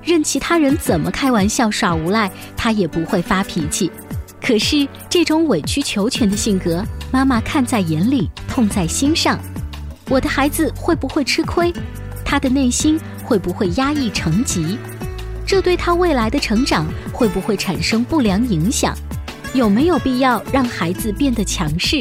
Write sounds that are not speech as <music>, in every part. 任其他人怎么开玩笑耍无赖，他也不会发脾气。可是这种委曲求全的性格，妈妈看在眼里，痛在心上。我的孩子会不会吃亏？他的内心会不会压抑成疾？这对他未来的成长会不会产生不良影响？有没有必要让孩子变得强势？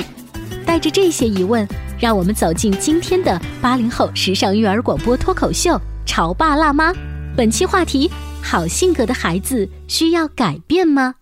带着这些疑问，让我们走进今天的八零后时尚育儿广播脱口秀《潮爸辣妈》。本期话题：好性格的孩子需要改变吗？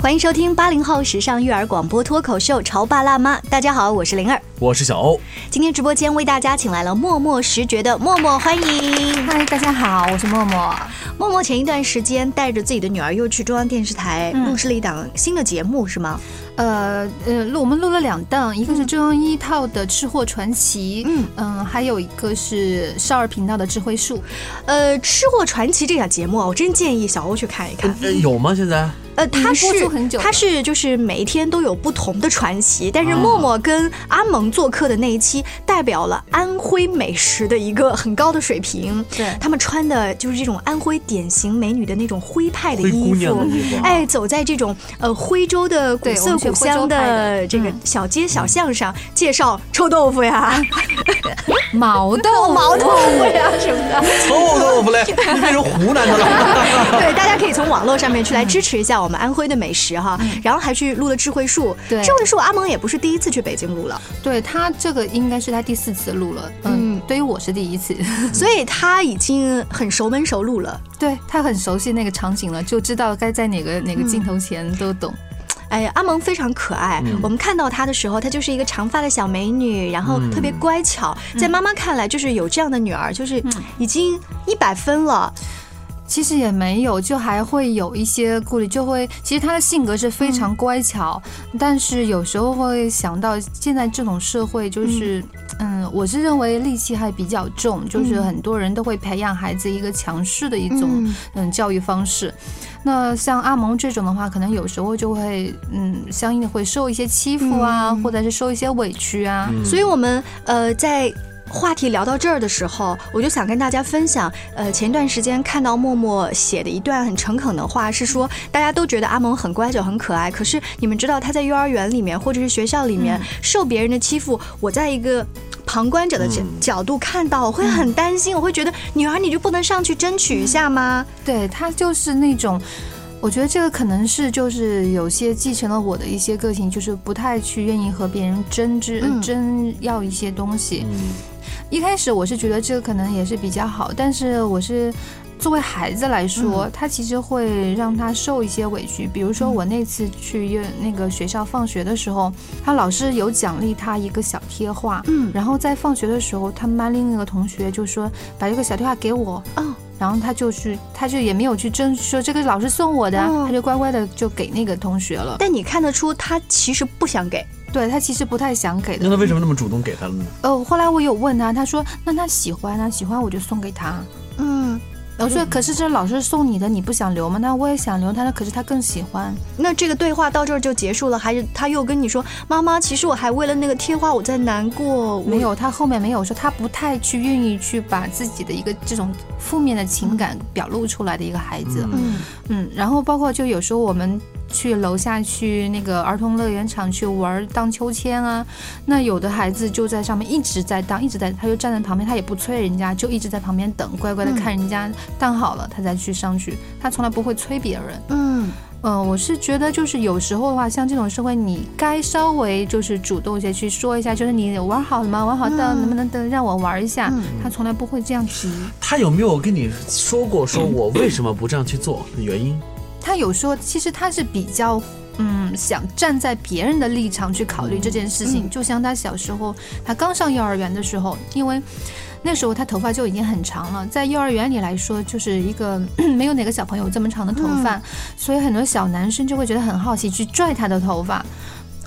欢迎收听八零后时尚育儿广播脱口秀《潮爸辣妈》。大家好，我是灵儿。我是小欧，今天直播间为大家请来了默默时觉的默默，欢迎。嗨，大家好，我是默默。默默前一段时间带着自己的女儿又去中央电视台嗯录制了一档新的节目，是吗？呃呃，录我们录了两档，一个是中央一套的《吃货传奇》，嗯嗯、还有一个是少儿频道的《智慧树》。呃，《吃货传奇》这档节目啊，我真建议小欧去看一看。呃有吗？现在呃，它已经播是出很久了它是就是每一天都有不同的传奇，但是默默跟阿蒙做客的那一期，代表了安徽美食的一个很高的水平。对他们穿的就是这种安徽典型美女的那种徽派的灰衣姑娘的服，衣服啊，哎，走在这种呃徽州的古对我色们学古香徽州的派的这个嗯小街小巷上，介绍臭豆腐呀、毛 <laughs> 豆，毛豆腐呀什么的。臭豆腐嘞，你变成湖南的了。 <laughs> 对，<laughs> 嗯大家可以从网络上面去来支持一下我们安徽的美食哈。然后还去录了智慧树，嗯对智慧树阿蒙也不是第一次去北京 <laughs> 录了，对他这个应该是他第四次录了，嗯嗯，对于我是第一次， <laughs> 所以他已经很熟门熟路了。对他很熟悉那个场景了，就知道该在哪个哪个镜头前都懂。哎呀，阿蒙非常可爱。我们看到她的时候，她就是一个长发的小美女，然后特别乖巧。在妈妈看来，就是有这样的女儿，就是已经一百分了。其实也没有，就还会有一些顾虑，就会其实他的性格是非常乖巧，但是有时候会想到现在这种社会就是。嗯我是认为戾气还比较重，就是很多人都会培养孩子一个强势的一种嗯嗯教育方式。那像阿蒙这种的话，可能有时候就会嗯相应的会受一些欺负啊，或者是受一些委屈啊。所以我们呃在。话题聊到这儿的时候，我就想跟大家分享，呃，前段时间看到默默写的一段很诚恳的话，是说大家都觉得阿蒙很乖巧、很可爱，可是你们知道他在幼儿园里面或者是学校里面、受别人的欺负，我在一个旁观者的角、角度看到，我会很担心，我会觉得女儿你就不能上去争取一下吗？对他就是那种，我觉得这个可能是就是有些继承了我的一些个性，就是不太去愿意和别人争执、嗯争要一些东西。一开始我是觉得这个可能也是比较好，但是我是。作为孩子来嗯说，他其实会让他受一些委屈。比如说，我那次去幼那个学校放学的时候，他老师有奖励他一个小贴画。嗯然后在放学的时候，他们班另一个同学就说：“把这个小贴画给我。”哦，然后他就去，他就也没有去争说这个老师送我的啊，哦他就乖乖的就给那个同学了。但你看得出他其实不想给，对他其实不太想给那的。他为什么那么主动给他了呢？呃，后来我有问他，他说那他喜欢啊，喜欢我就送给他。嗯，我说可是这老师送你的你不想留吗？那我也想留他，那可是他更喜欢。那这个对话到这儿就结束了，还是他又跟你说，妈妈，其实我还为了那个贴花我在难过，我没。有，他后面没有说他不太去愿意去把自己的一个这种负面的情感表露出来的一个孩子。嗯嗯，然后包括就有时候我们去楼下去那个儿童乐园场去玩儿荡秋千啊，那有的孩子就在上面一直在荡，一直在，他就站在旁边，他也不催人家，就一直在旁嗯边等，乖乖的看人家荡好了，他再去上去，他从来不会催别人。嗯，呃，我是觉得就是有时候的话，像这种社会，你该稍微就是主动一些去说一下，就是你玩好了吗？玩好的、能不能等让我玩一下？他从来不会这样提。他有没有跟你说过，说我为什么不这样去做？原因？他有时候其实他是比较。嗯，想站在别人的立场去考虑这件事情，就像他小时候，他刚上幼儿园的时候，因为那时候他头发就已经很长了，在幼儿园里来说，就是一个 <coughs> 没有哪个小朋友有这么长的头发，所以很多小男生就会觉得很好奇，去拽他的头发。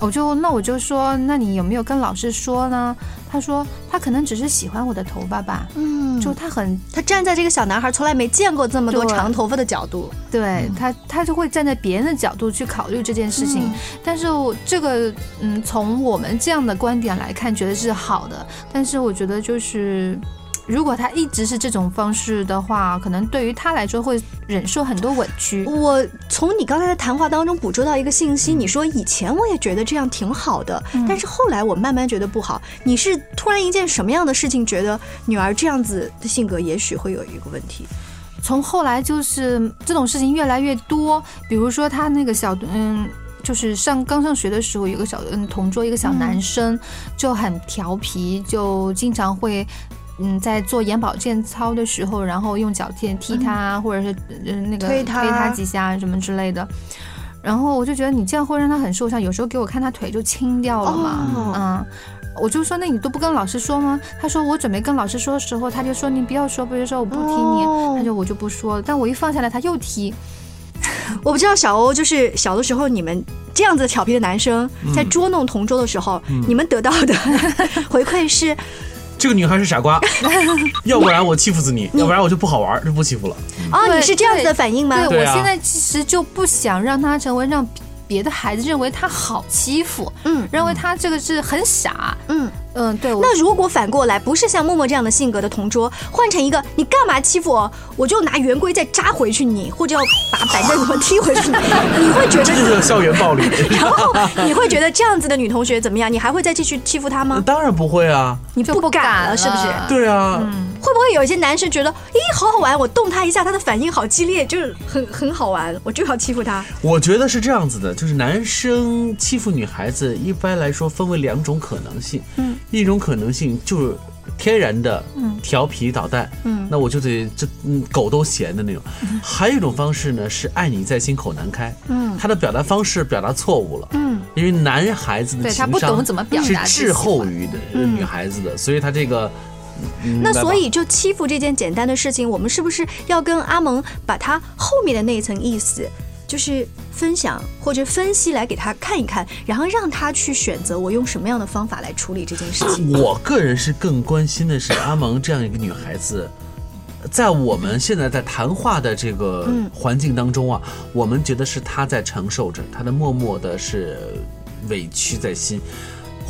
我就那我就说，那你有没有跟老师说呢？他说他可能只是喜欢我的头发吧，嗯，就就他很他站在这个小男孩从来没见过这么多对长头发的角度，对他，他就会站在别人的角度去考虑这件事情。但是我这个，嗯，从我们这样的观点来看，觉得是好的。但是我觉得就是。如果他一直是这种方式的话，可能对于他来说会忍受很多委屈。我从你刚才的谈话当中捕捉到一个信息，你说以前我也觉得这样挺好的，但是后来我慢慢觉得不好。你是突然一件什么样的事情觉得女儿这样子的性格也许会有一个问题？从后来就是这种事情越来越多，比如说他那个小嗯。就是上刚上学的时候，有个小嗯同桌一个小男生、就很调皮，就经常会嗯在做眼保健操的时候，然后用脚踢踢他，或者是嗯那个推他推他几下什么之类的。然后我就觉得你这样会让他很受伤，有时候给我看他腿就青掉了嘛，哦嗯，我就说那你都不跟老师说吗？他说我准备跟老师说的时候，他就说你不要说，不要说，我不听你。哦他就我就不说了，但我一放下来他又踢，我不知道小欧就是小的时候你们这样子调皮的男生在捉弄同桌的时候，你们得到的 <laughs> 回馈是这个女孩是傻瓜，要不然我欺负死你，要不然我就不好玩，就不欺负了。啊，对你是这样子的反应吗？对对啊我现在其实就不想让他成为让别的孩子认为他好欺负，嗯认为他这个是很傻，嗯。嗯，对我。那如果反过来，不是像默默这样的性格的同桌，换成一个你干嘛欺负我，我就拿圆规再扎回去你，或者要把板凳怎么踢回去你，你会觉这就得，是校园暴力。 <laughs> 然后你会觉得这样子的女同学怎么样？你还会再继续欺负她吗？当然不会啊，你就不敢敢了，是不是？了对啊，会不会有一些男生觉得，咦，好好玩，我动她一下，她的反应好激烈，就是很很好玩，我就要欺负她。我觉得是这样子的，就是男生欺负女孩子，一般来说分为两种可能性。嗯，一种可能性就是天然的调皮捣蛋，嗯，那我就得这嗯狗都嫌的那种。嗯还有一种方式呢是爱你在心口难开，嗯，他的表达方式表达错误了，嗯，因为男孩子的对他情不懂商怎么表是达自己滞后于的嗯女孩子的，所以他这个。嗯明白那吧所以就欺负这件简单的事情，我们是不是要跟阿蒙把他后面的那一层意思，就是分享或者分析来给他看一看，然后让他去选择我用什么样的方法来处理这件事情？ <laughs> 我个人是更关心的是阿蒙这样一个女孩子，在我们现在在谈话的这个嗯环境当中啊，我们觉得是她在承受着，她的默默的是委屈在心。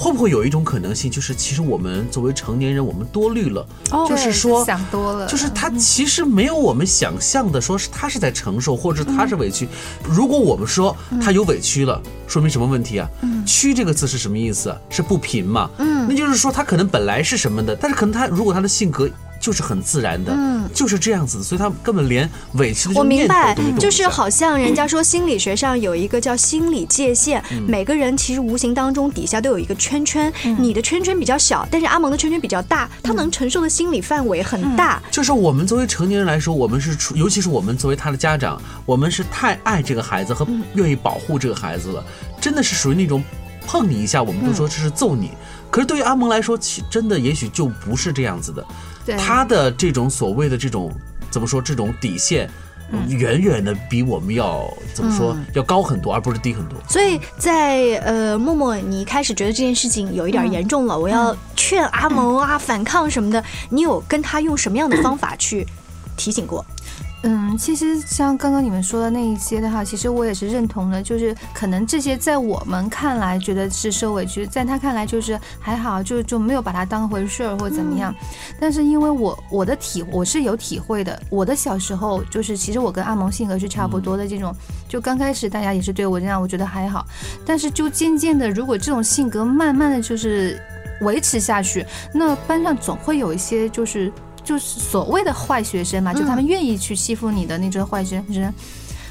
会不会有一种可能性，就是其实我们作为成年人，我们多虑了，就是哦对说想多了，就是他其实没有我们想象的，说是他是在承受，或者他是委屈。嗯如果我们说他有委屈了，说明什么问题啊？嗯屈这个字是什么意思？是不平嘛？那就是说他可能本来是什么的，但是可能他如果他的性格。就是很自然的，就是这样子的，所以他根本连委屈的这嗯我个明念头白都没动，一就是下好像人家说心理学上有一个叫心理界限，嗯每个人其实无形当中底下都有一个圈圈，你的圈圈比较小，但是阿蒙的圈圈比较大，嗯他能承受的心理范围很大。就是我们作为成年人来说，我们是出，尤其是我们作为他的家长，我们是太爱这个孩子和愿意保护这个孩子了，真的是属于那种碰你一下，我们都说这是揍你。可是对于阿蒙来说，其真的也许就不是这样子的，对他的这种所谓的这种怎么说这种底线。远远的比我们要怎么说、要高很多，而不是低很多。所以在呃，默默，你一开始觉得这件事情有一嗯点严重了，我要劝阿蒙啊、反抗什么的，你有跟他用什么样的方法去提醒过？嗯，其实像刚刚你们说的那一些的话，其实我也是认同的，就是可能这些在我们看来觉得是受委屈，在他看来就是还好，就就没有把他当回事儿或者怎嗯么样。但是因为我我的体我是有体会的，我的小时候就是其实我跟阿蒙性格是差不多的这种，就刚开始大家也是对我这样，我觉得还好，但是就渐渐的，如果这种性格慢慢的就是维持下去，那班上总会有一些就是就是所谓的坏学生嘛，就他们愿意去欺负你的那种坏学生。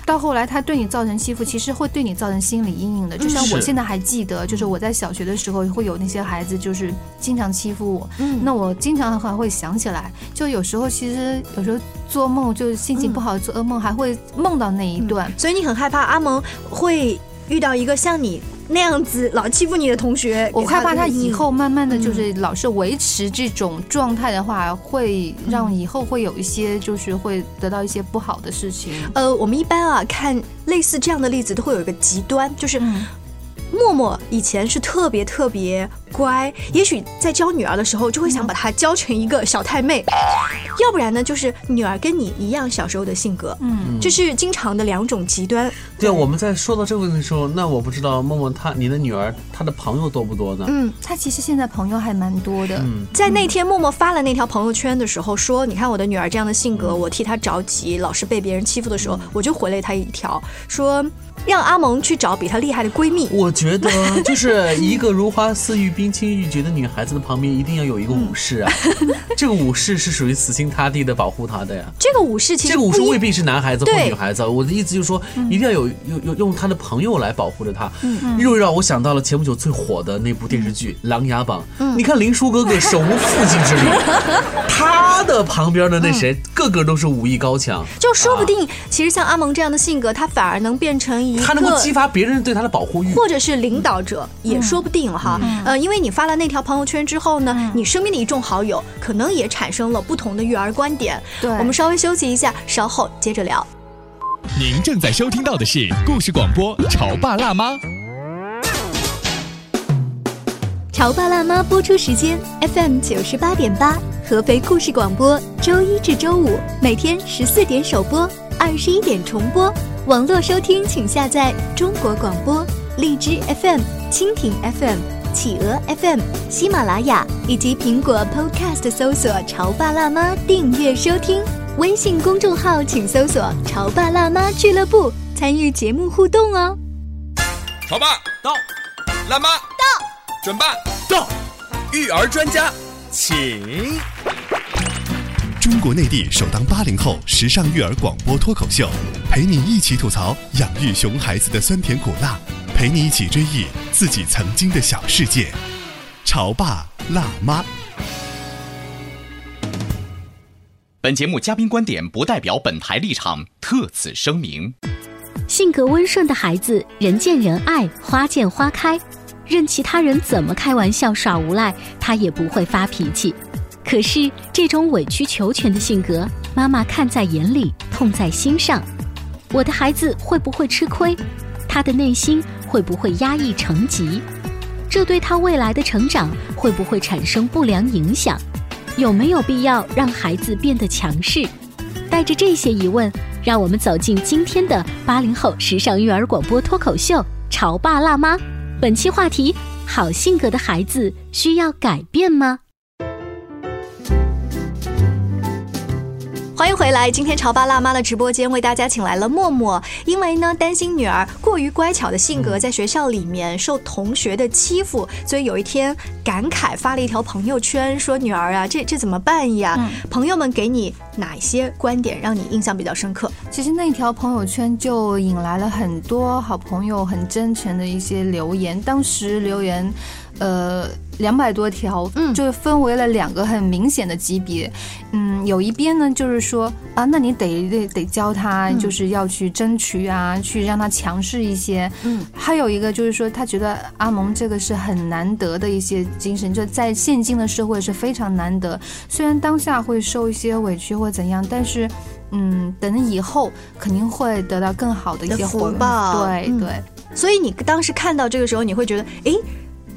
到后来他对你造成欺负，其实会对你造成心理阴影的。就像我是现在还记得，就是我在小学的时候会有那些孩子，就是经常欺负我。嗯那我经常还会想起来，就有时候其实有时候做梦，就是心情不好做噩梦，还会梦到那一段。所以你很害怕阿蒙会遇到一个像你那样子老欺负你的同学，我给害怕这他个嗯阴以影后慢慢的就是老是维持这种状态的话，会嗯让以后会有一些就是会得到一些不好的事情。呃，我们一般啊看类似这样的例子，都会有一个极端，就是嗯默默以前是特别特别乖，也许在教女儿的时候就会想把她教成一个小太妹，嗯要不然呢就是女儿跟你一样小时候的性格，嗯这是经常的两种极端。对啊，我们在说到这个问题的时候，那我不知道梦梦她你的女儿她的朋友多不多呢？嗯，他其实现在朋友还蛮多的，在那天默默发了那条朋友圈的时候，说：“你看我的女儿这样的性嗯格，我替她着急，老是被别人欺负的时候，我就回了她一条，说让阿蒙去找比她厉害的闺蜜。我觉得就是一个如花似玉、冰清玉洁的女孩子的旁边，一定要有一个武士 <laughs> 啊。这个武士是属于死心塌地的保护她的呀”。这个武士其这实个武士不未一必是男孩子或对嗯女孩子啊，我的意思就是说，一定要有有有用他的朋友来保护着他。又让我想到了前不久最火的那部电视剧嗯《琅琊榜》。你看林殊哥哥手无缚鸡之 <laughs> 力，他的旁边的那谁，嗯个个都是武艺高强，就说不定，其实像阿蒙这样的性格，他反而能变成一个他能够激发别人对他的保护欲。或者是领导者也说不定哈。呃，因为你发了那条朋友圈之后呢，你身边的一众好友可能也产生了不同的育儿观点。对我们稍微休息一下，稍后接着聊。您正在收听到的是故事广播《潮爸辣妈》。 《潮爸辣妈》播出时间：FM 九十八点八，合肥故事广播，周一至周五每天十四点首播，二十一点重播。网络收听，请下载中国广播、荔枝 FM、蜻蜓 FM、企鹅 FM、喜马拉雅以及苹果 Podcast 搜索“潮爸辣妈”订阅收听。微信公众号请搜索“潮爸辣妈俱乐部”，参与节目互动哦。潮爸到，辣妈到，准爸到，育儿专家，请。中国内地首档八零后时尚育儿广播脱口秀，陪你一起吐槽养育熊孩子的酸甜苦辣，陪你一起追忆自己曾经的小世界。潮爸辣妈，本节目嘉宾观点不代表本台立场，特此声明。性格温顺的孩子，人见人爱，花见花开，任其他人怎么开玩笑耍无赖，他也不会发脾气。可是这种委曲求全的性格，妈妈看在眼里，痛在心上。我的孩子会不会吃亏？他的内心会不会压抑成疾？这对他未来的成长会不会产生不良影响？有没有必要让孩子变得强势？带着这些疑问，让我们走进今天的八零后时尚育儿广播脱口秀《潮爸辣妈》。本期话题：好性格的孩子需要改变吗？欢迎回来！今天潮爸辣妈的直播间为大家请来了默默，因为呢担心女儿过于乖巧的性格在学校里面受同学的欺负，所以有一天感慨发了一条朋友圈说：“女儿啊，这这怎么办呀？”朋友们给你哪些观点让你印象比较深刻？其实那条朋友圈就引来了很多好朋友很真诚的一些留言，当时留言，呃，两百多条，嗯就分为了两个很明显的级别，嗯，有一边呢就是说啊，那你得得得教他，嗯就是要去争取啊，去让他强势一些，嗯，还有一个就是说他觉得阿蒙这个是很难得的一些精神，就在现今的社会是非常难得，虽然当下会受一些委屈或怎样，但是。嗯，等以后肯定会得到更好的一些的福回报对嗯对，所以你当时看到这个时候，你会觉得，诶，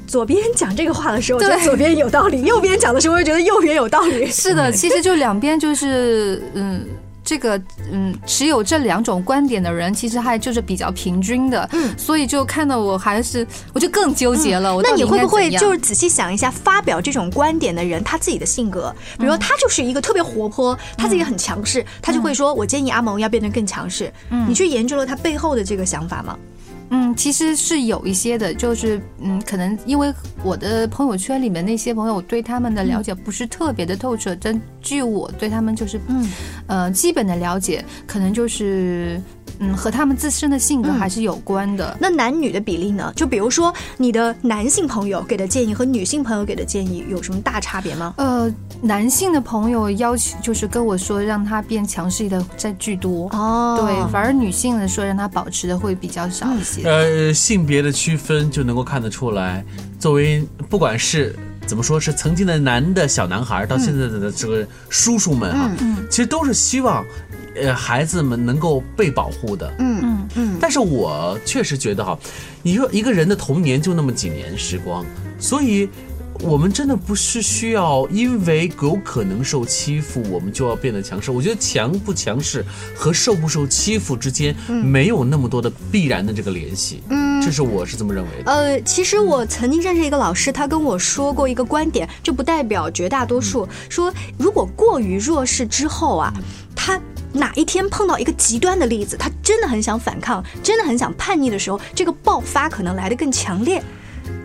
左边讲这个话的时候，我觉得对左边有道理；右边讲的时候，我就觉得右边有道理。是的，其实就两边就是嗯。这个嗯，持有这两种观点的人，其实还就是比较平均的，嗯所以就看到我还是我就更纠结了。我那到底你应会该不会怎样就是仔细想一下，发表这种观点的人他自己的性格？比如嗯说他就是一个特别活泼，他自己很强势，他就会说：“我建议阿蒙要变得更强势。”你去研究了他背后的这个想法吗？嗯，其实是有一些的，就是嗯，可能因为我的朋友圈里面那些朋友，我对他们的嗯了解不是特别的透彻，但据我对他们就是嗯呃基本的了解，可能就是嗯，和他们自身的性嗯格还是有关的。那男女的比例呢？就比如说你的男性朋友给的建议和女性朋友给的建议有什么大差别吗？呃，男性的朋友要求就是跟我说让他变强势的占居多哦，对，反而女性的说让他保持的会比较少一些。呃，性别的区分就能够看得出来。作为不管是怎么说是曾经的男的小男孩，到现在的这个叔叔们哈、嗯嗯其实都是希望，呃，孩子们能够被保护的。嗯嗯嗯。但是我确实觉得哈，你说一个人的童年就那么几年时光，所以我们真的不是需要因为有可能受欺负，我们就要变得强势。我觉得强不强势和受不受欺负之间嗯没有那么多的必然的这个联系。嗯这是我是这么认为的。呃，其实我曾经认识一个老师，他跟我说过一个观点，这不代表绝大多数。说如果过于弱势之后啊，他哪一天碰到一个极端的例子，他真的很想反抗，真的很想叛逆的时候，这个爆发可能来得更强烈。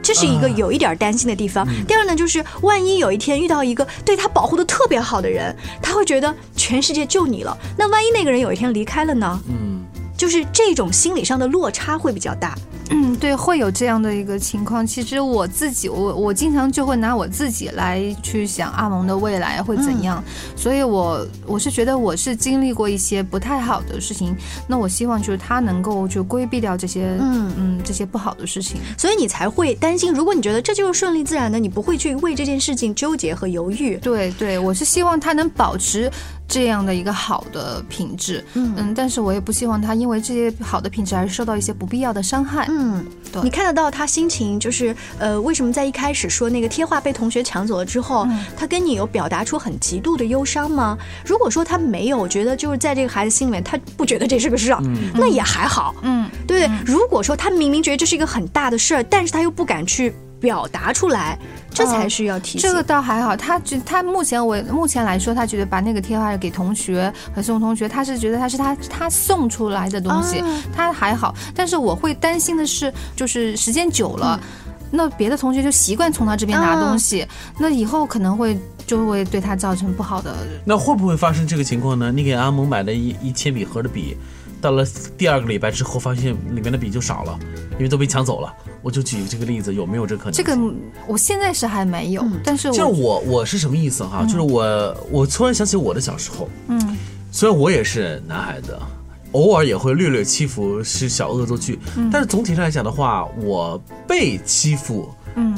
这是一个有一点担心的地方。第二呢，就是万一有一天遇到一个对他保护的特别好的人，他会觉得全世界就你了。那万一那个人有一天离开了呢？嗯，就是这种心理上的落差会比较大。嗯，对，会有这样的一个情况。其实我自己，我我经常就会拿我自己来去想阿蒙的未来会怎样，嗯所以我我是觉得我是经历过一些不太好的事情，那我希望就是他能够就规避掉这些，嗯嗯，这些不好的事情。所以你才会担心。如果你觉得这就是顺利自然的，你不会去为这件事情纠结和犹豫。对对，我是希望他能保持这样的一个好的品质，嗯但是我也不希望他因为这些好的品质而受到一些不必要的伤害。嗯，对你看得到他心情，就是呃，为什么在一开始说那个贴画被同学抢走了之后，他跟你有表达出很极度的忧伤吗？如果说他没有，我觉得就是在这个孩子心里面，他不觉得这是个事儿，那也还好。嗯，对不对？如果说他明明觉得这是一个很大的事儿，但是他又不敢去表达出来，这才是要提醒。这个倒还好，他觉他目前我目前来说，他觉得把那个贴画给同学和宋同学，他是觉得他是他他送出来的东西，啊他还好。但是我会担心的是，就是时间久了，嗯那别的同学就习惯从他这边啊拿东西，那以后可能会就会对他造成不好的。那会不会发生这个情况呢？你给阿蒙买了一一铅笔盒的笔，到了第二个礼拜之后，发现里面的笔就少了，因为都被抢走了。我就举这个例子，有没有这可能？这个我现在是还没有，但是我就是我我是什么意思哈？嗯就是我我突然想起我的小时候，嗯虽然我也是男孩子，偶尔也会略略欺负，是小恶作剧，嗯但是总体上来讲的话，我被欺负。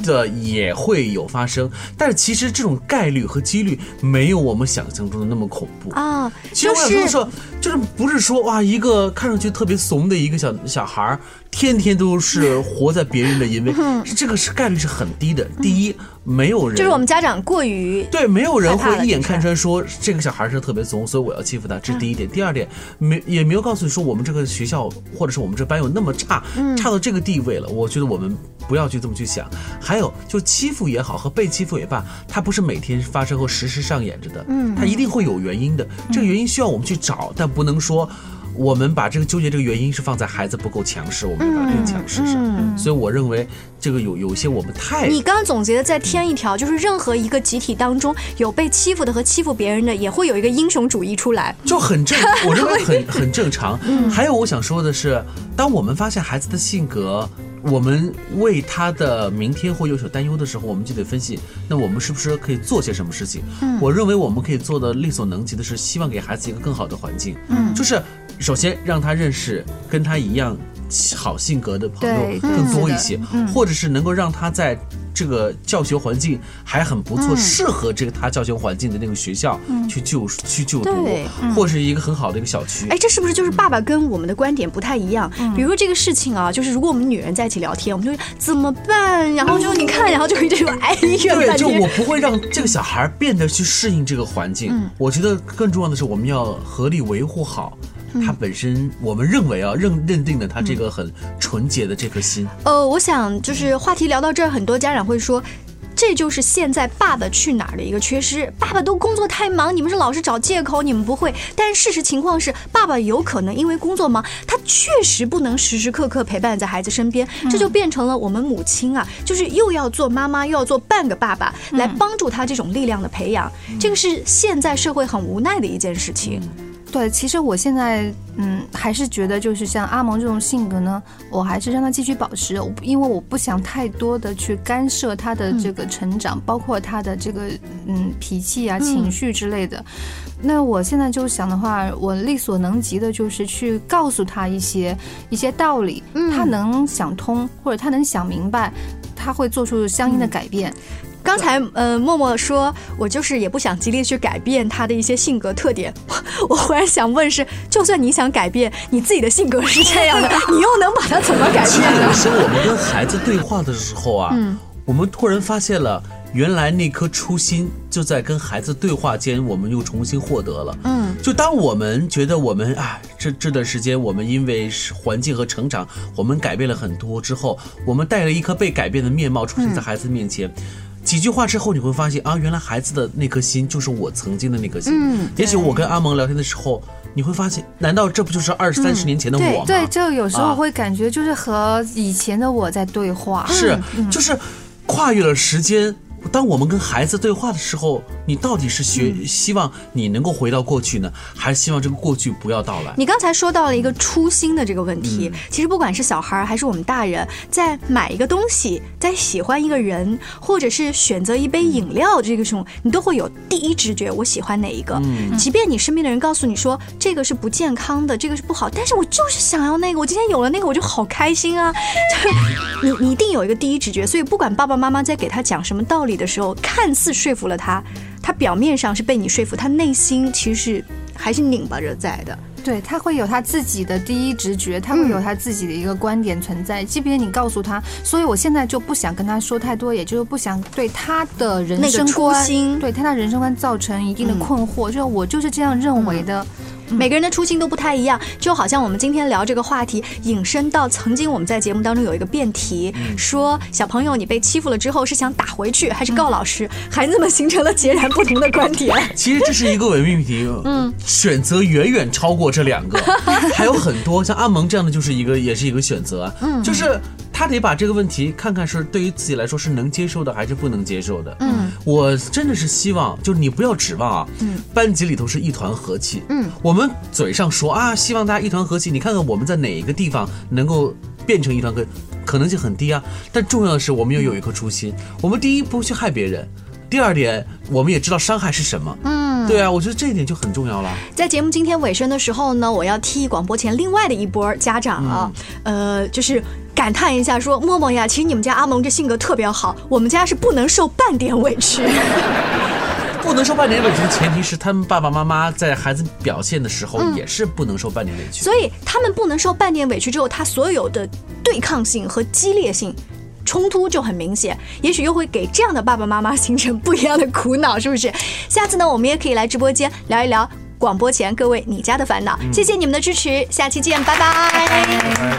的也会有发生，但是其实这种概率和几率没有我们想象中的那么恐怖。啊，其实就我想说是说，就是不是说哇，一个看上去特别怂的一个小小孩儿，天天都是活在别人的淫威，是这个是概率是很低的。第一，没有人就是我们家长过于对，没有人害怕会了一眼这事看穿说这个小孩是特别怂，所以我要欺负他，这嗯是第一点。第二点，没也没有告诉你说我们这个学校或者是我们这班有那么差，嗯差到这个地位了。我觉得我们不要去这么去想。还有，就欺负也好和被欺负也罢，它不是每天发生和时时上演着的，嗯它一定会有原因的。这个原因需要我们去找，但不能说。我们把这个纠结这个原因是放在孩子不够强势，我们就把它变强势上。嗯所以我认为这个有有些我们太你刚总结的再添一条，就是任何一个集体当中有被欺负的和欺负别人的，也会有一个英雄主义出来。就很正，我认为很很正常。还有我想说的是，当我们发现孩子的性格，我们为他的明天或有所担忧的时候，我们就得分析，那我们是不是可以做些什么事情？嗯我认为我们可以做的力所能及的是，希望给孩子一个更好的环境。嗯就是首先让他认识跟他一样好性格的朋对友对更多是的一些，嗯或者是能够让他在这个教学环境还很不错，嗯适合这个他教学环境的那个学校嗯去就去就读对嗯，或是一个很好的一个小区。哎，这是不是就是爸爸跟我们的观点不太一样？嗯比如说这个事情啊，就是如果我们女人在一起聊天，我们就怎么办？然后就你看，然后就是这种哎呀，对，半就天我不会让这个小孩变得去适应这个环境。嗯我觉得更重要的是，我们要合力维护好嗯他本身，我们认为啊，认认定的他这个很纯洁的这颗心。呃，我想就是话题聊到这儿，很多家长会说。这就是现在《爸爸去哪儿》的一个缺失。爸爸都工作太忙，你们是老是找借口，你们不会。但事实情况是，爸爸有可能因为工作忙，他确实不能时时刻刻陪伴在孩子身边，这就变成了我们母亲啊，就是又要做妈妈，又要做半个爸爸，来帮助他这种力量的培养。这个是现在社会很无奈的一件事情。对，其实我现在嗯，还是觉得就是像阿蒙这种性格呢，我还是让他继续保持，我不因为我不想太多的去干涉他的这个成长，包括他的这个嗯脾气啊、嗯情绪之类的。那我现在就想的话，我力所能及的就是去告诉他一些一些道理，他能想通或者他能想明白，他会做出相应的改变。刚才呃，默默说，我就是也不想极力去改变他的一些性格特点。 <laughs> 我忽然想问是，就算你想改变，你自己的性格是这样的，你又能把它怎么改其变实呢有？时候我们跟孩子对话的时候啊，嗯我们突然发现了，原来那颗初心就在跟孩子对话间，我们又重新获得了。嗯就当我们觉得我们啊，这这段时间我们因为是环境和成长，我们改变了很多之后，我们带了一颗被改变的面貌出现在孩子面前。嗯几句话之后，你会发现啊，原来孩子的那颗心就是我曾经的那颗心。嗯也许我跟阿蒙聊天的时候，你会发现，难道这不就是二三十年前的我吗？嗯对，对就有时候啊会感觉就是和以前的我在对话。是嗯，就是跨越了时间。当我们跟孩子对话的时候，你到底是学、嗯希望你能够回到过去呢，还是希望这个过去不要到来？你刚才说到了一个初心的这个问题，其实不管是小孩儿还是我们大人，在买一个东西，在喜欢一个人，或者是选择一杯饮料这个时候，你都会有第一直觉，我喜欢哪一个。嗯即便你身边的人告诉你说这个是不健康的，这个是不好，但是我就是想要那个，我今天有了那个，我就好开心啊！ <laughs> 就是你你一定有一个第一直觉，所以不管爸爸妈妈在给他讲什么道理的时候，看似说服了他，他表面上是被你说服，他内心其实还是拧巴着在的。对他会有他自己的第一直觉，他嗯会有他自己的一个观点存在。即便你告诉他，所以我现在就不想跟他说太多，也就是不想对他的人那个生初观，心对他的人生观造成一定嗯的困惑。就是我就是这样认为的。每个人的初心都不太一样，就好像我们今天聊这个话题，引申到曾经我们在节目当中有一个辩题，说小朋友你被欺负了之后是想打回去还是告老师，孩子们形成了截然不同的观点。其实这是一个伪命题，嗯选择远远超过这两 <laughs> 个，还有很多像阿蒙这样的就是一个，也是一个选择啊，嗯就是他得把这个问题看看是对于自己来说是能接受的还是不能接受的，嗯我真的是希望，就是你不要指望啊，嗯班级里头是一团和气，嗯我们嘴上说啊，希望大家一团和气，你看看我们在哪一个地方能够变成一团和，可能性很低啊。但重要的是，我们要有一颗初心，我们第一不去害别人，第二点我们也知道伤害是什么，嗯对啊，我觉得这一点就很重要了。在节目今天尾声的时候呢，我要替广播前另外的一波家长啊，呃，就是感叹一下说，默默呀，其实你们家阿蒙这性格特别好，我们家是不能受半点委屈。不能受半点委屈的前提是，他们爸爸妈妈在孩子表现的时候嗯也是不能受半点委屈。所以他们不能受半点委屈之后，他所有的对抗性和激烈性。冲突就很明显，也许又会给这样的爸爸妈妈形成不一样的苦恼，是不 <laughs> 是？下次呢，我们也可以来直播间聊一聊广播前各位你家的烦恼。嗯谢谢你们的支持，下期见，拜拜